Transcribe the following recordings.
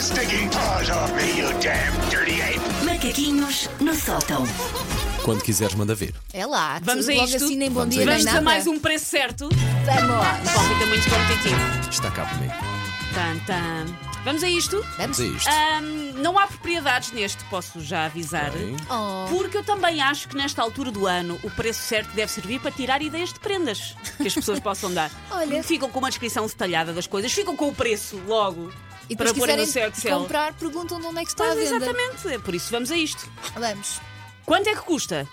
stinking paws off me, you damn dirty ape! Macaquinhos no sótão. Quando quiseres, manda vir. É lá, Vamos tu- a logo isto? assim nem bom Vamos dia a nem Vamos nada. a mais um preço certo. Vamos lá. O palpite é muito competitivo. Está cá comigo. Tan, tan. Vamos a isto? Vamos. Ah, Diz isto. Ahm, não há propriedades neste, posso já avisar. Bem. Oh, Porque eu também acho que nesta altura do ano o preço certo deve servir para tirar ideias de prendas que as pessoas possam dar. Olha. Ficam com uma descrição detalhada das coisas, ficam com o preço logo e depois para pôr no seu quiserem Excel. comprar, perguntam de onde é que está Pois, a venda. exatamente, é por isso vamos a isto. Vamos. Quanto é que custa?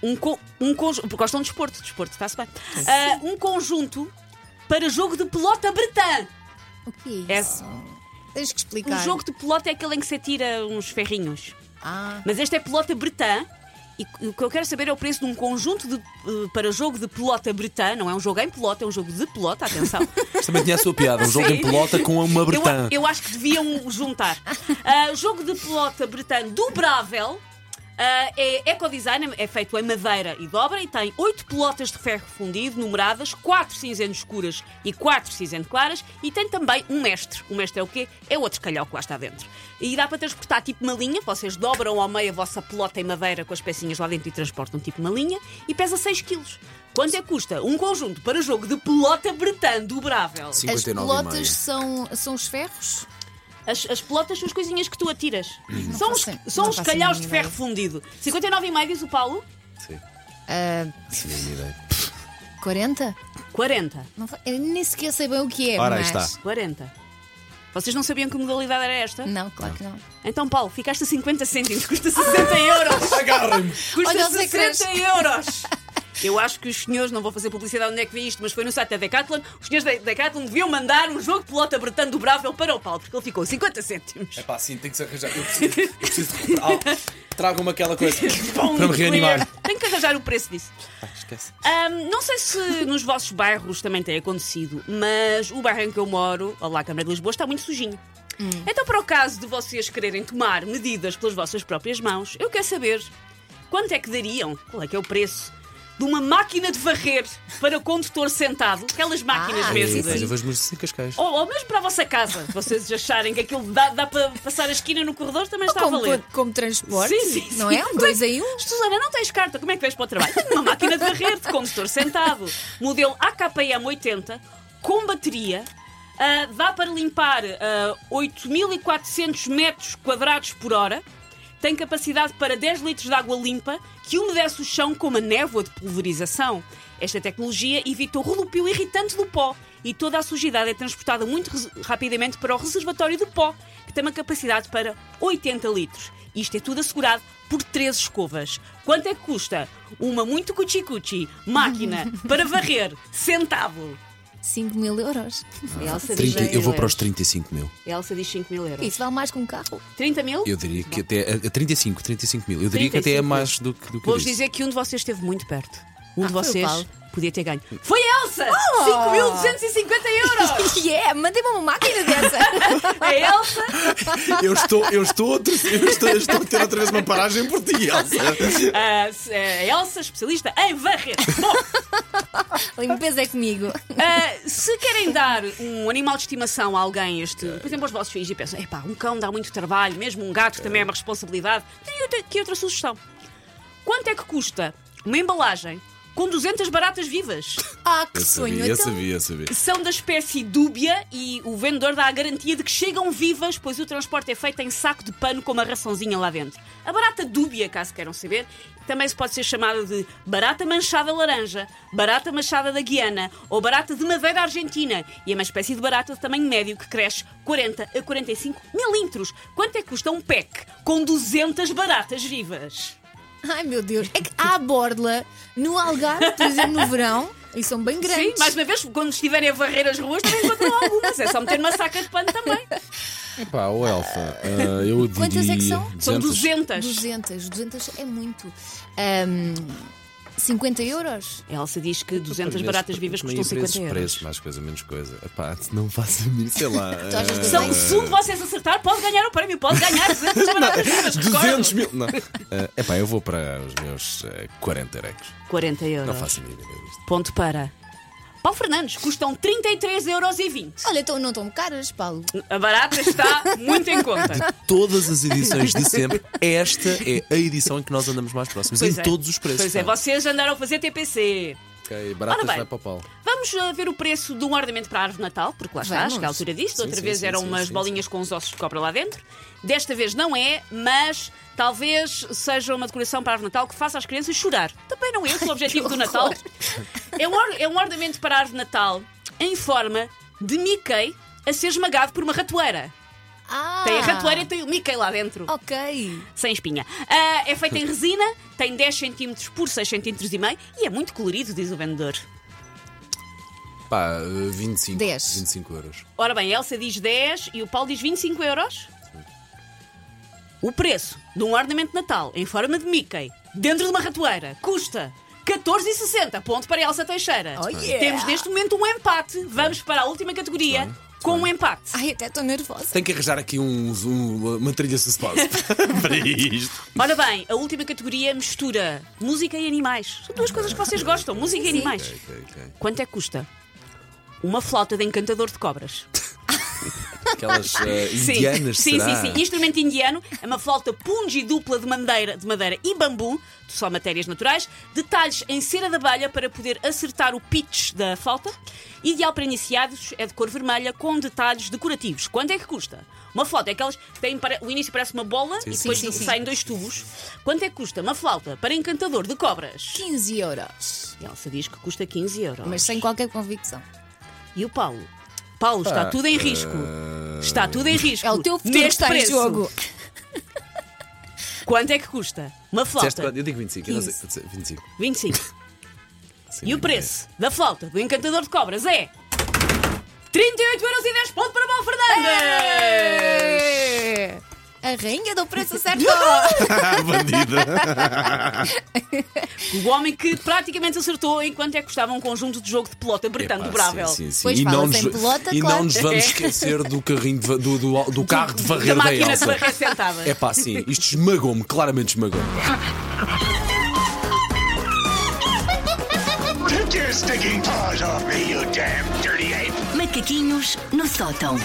Um, co um conjunto. Porque gostam de desporto, desporto, está-se bem. Ah, um conjunto para jogo de pelota bretã. O que é É- isso? Tens que O explicar. jogo de pelota é aquele em que se atira uns ferrinhos. Ah, Mas este é pelota bretã. E c- o que eu quero saber é o preço de um conjunto de, eh, para jogo de pelota bretã. Não é um jogo em pelota, é um jogo de pelota, atenção. Mas também tinha a sua piada. Um jogo Sim. em pelota com uma eu, bretã. eu acho que deviam juntar. Ah, jogo de pelota bretã dobrável. Ah, é ecodesign, é feito em madeira e dobra e tem oito pelotas de ferro fundido, numeradas, quatro cinzento escuras e quatro cinzento claras, e tem também um mestre. O mestre é o quê? É outro calhau que lá está dentro. E dá para transportar tipo uma linha, vocês dobram ao meio a vossa pelota em madeira com as pecinhas lá dentro e transportam tipo uma linha, e pesa 6 quilos. Quanto é que custa um conjunto para jogo de pelota bretã dobrável? as 59 Um e meio. pelotas são, são os ferros? As, as pelotas são as coisinhas que tu atiras. São os, faço- são não os faço calhaus de nenhuma ferro fundido. 59,5 diz o Paulo? Sim, Ah, tinha uma ideia. 40? 40. Não fa- eu nem sequer sei bem o que é, Ora, aí mas... está. 40. Vocês não sabiam que modalidade era esta? Não, Ah. claro que não. Então, Paulo, ficaste a 50 cêntimos, custa 60 euros. Agarrem-me! Custa Ah! Olha, você 60 euros. Eu acho que os senhores, não vou fazer publicidade onde é que vi isto, mas foi no site da Decathlon. Os senhores da Decathlon deviam mandar um jogo de pelota bretano dobrável para o Paulo, porque ele ficou 50 cêntimos. É Pá, sim, tem que se arranjar. Eu preciso, eu preciso recuperar. Tragam-me aquela coisa. Para me reanimar. Tenho que arranjar o preço disso. Ah, esquece. Ahm, não sei se nos vossos bairros também tem acontecido, mas o bairro em que eu moro, lá a Câmara de Lisboa, está muito sujinho. Hum. Então, para o caso de vocês quererem tomar medidas pelas vossas próprias mãos, eu quero saber quanto é que dariam, qual é que é o preço, de uma máquina de varrer para condutor sentado, aquelas máquinas Ah, mesmo. Ei, sim, É, mas sim. Eu vejo-me assim sem cascais. Ou, ou mesmo para a vossa casa, se vocês acharem que aquilo dá, dá para passar a esquina no corredor, também está a como, valer. como transporte? Sim, sim, não sim. é? Um dois em um? Susana, não tens carta, como é que vais para o trabalho? Tenho uma máquina de varrer de condutor sentado. Modelo AKM 80, com bateria. ah, dá para limpar ah, 8.400 metros quadrados por hora. Tem capacidade para 10 litros de água limpa que umedece o chão com uma névoa de pulverização. Esta tecnologia evita o relupio irritante do pó e toda a sujidade é transportada muito res- rapidamente para o reservatório de pó, que tem uma capacidade para 80 litros. Isto é tudo assegurado por três escovas. Quanto é que custa uma muito cuchi-cuchi máquina para varrer centavo? 5 mil euros. Elsa 30, eu vou para os 35 mil. Elsa diz 5 mil euros. Isso vale mais que um carro. 30 mil? Eu diria que até. A, a 35, 35 mil. Eu diria que até 35 é mil. mais do que, do que Vou-vos isso. dizer que um de vocês esteve muito perto. Um Ah, de foi o vocês Paulo. podia ter ganho. Foi a Elsa! 5.250 euros! yeah, é, mandei-me uma máquina dessa. A Elsa Eu estou, eu estou, outra- eu estou, eu estou a ter outra vez uma paragem por ti, Elsa. Ah, se- a Elsa, especialista em varrer. Bom, Limpeza é comigo. ah, se querem dar um animal de estimação a alguém, este, por exemplo, aos vossos filhos, e pensam, epá, um cão dá muito trabalho, mesmo um gato que também é uma responsabilidade, tem outra, aqui outra sugestão. Quanto é que custa uma embalagem com 200 baratas vivas? Ah, que Eu sonho. sabia, eu então, sabia, eu sabia. São da espécie dúbia e o vendedor dá a garantia de que chegam vivas, pois o transporte é feito em saco de pano com uma raçãozinha lá dentro. A barata dúbia, caso queiram saber, também se pode ser chamada de barata manchada laranja, barata manchada da Guiana ou barata de madeira argentina. E é uma espécie de barata de tamanho médio que cresce 40 a 45 milímetros. Quanto é que custa um pack com 200 baratas vivas? Ai, meu Deus. É que há a borla no Algarve, por exemplo, no verão, e são bem Sim, grandes. mais uma vez, quando estiverem a varrer as ruas, também encontram algumas. É só meter uma saca de pano também. Epá, o Elfa, ah, eu diria. Quantas é que são? São 200. 200. 200 é muito. Ahm, 50 euros? A Elsa diz Então, que 200 Preços- baratas vivas meio custam 50 preços, euros. Preços, mais coisa, menos coisa. Epá, não faço a mim, sei lá. Tu achas que ah, São, se um de vocês acertar, pode ganhar o prémio, pode ganhar 200 baratas vivas. recordo. 200 mil. Não. Ah, epá, eu vou para os meus ah, 40 euros. 40 euros. Ah. Não faço a mínima ideia disto. Ponto para Paulo Fernandes, custam 33,20€. Olha, então não estão caras, Paulo. A barata está muito em conta. Todas as edições de sempre, esta é a edição em que nós andamos mais próximos. Pois em é. todos os preços. Pois é, vocês andaram a fazer TPC. Ok, baratas Ora bem. vai para o pau. Vamos ah, ver o preço de um ornamento para a árvore de Natal, porque lá está, Vamos. acho que é a altura disto. Outra sim, vez sim, eram sim, umas sim, bolinhas com os ossos de cobra lá dentro. Desta vez não é, mas talvez seja uma decoração para a árvore de Natal que faça as crianças chorar. Também não é esse o objetivo do Natal. É um, or- é um ornamento para a árvore de Natal em forma de Mickey a ser esmagado por uma ratoeira. Ah! Tem a ratoeira e tem o Mickey lá dentro Oh. Ok. sem espinha. Ah, é feita em resina, tem 10 cm por 6 cm e meio e é muito colorido, diz o vendedor. Pá, eh, 25. Dez. 25 euros. Ora bem, a Elsa diz 10 e o Paulo diz 25 euros. O preço de um ornamento de Natal em forma de Mickey, dentro de uma ratoeira, custa 14,60. Ponto para a Elsa Teixeira. Oh, yeah. Temos neste momento um empate. Vamos para a última categoria com um empate. Ai, até estou nervosa. Tem que arranjar aqui uns, um, uma trilha suspense para isto. Ora bem, a última categoria mistura música e animais. São duas coisas que vocês gostam, música e animais. Quanto é que custa? Uma flauta de encantador de cobras. Aquelas eh, Sim. indianas, sim, será? sim, sim. Instrumento indiano, é uma flauta pungidupla de madeira, de madeira e bambu, só matérias naturais, detalhes em cera de abelha para poder acertar o pitch da flauta. Ideal para iniciados, é de cor vermelha com detalhes decorativos. Quanto é que custa? Uma flauta, é aquelas que têm para... o início parece uma bola e depois Sim, sim, sim. saem dois tubos. Quanto é que custa uma flauta para encantador de cobras? 15 euros. Elsa diz que custa 15 euros. Mas sem qualquer convicção. E o Paulo? Paulo, Ah, está tudo em risco. Eh, Está tudo em risco. É o teu futuro que Neste está em preço. jogo. Quanto é que custa? Uma Disseste flauta. quanto? Eu digo 25. Eu não sei. 25. 25. Sim, E o preço da flauta do encantador de cobras é. 38,10€ ponto para o Paulo Fernandes! Eh. É. A rainha do preço certo. é. Ah, O homem que praticamente acertou em quanto é que custava um conjunto de jogo de pelota britânico Epá, dobrável. sim, sim, sim. Pois E fala não nos, sem pelota, e claro. não nos vamos esquecer do carrinho de va- do, do, do carro de varrer É. Da da, máquina de Elsa. barrer sentada. É pá, sim, isto esmagou-me, claramente esmagou-me. Take your stinking paws off me, you damn dirty ape! Macaquinhos no sótão.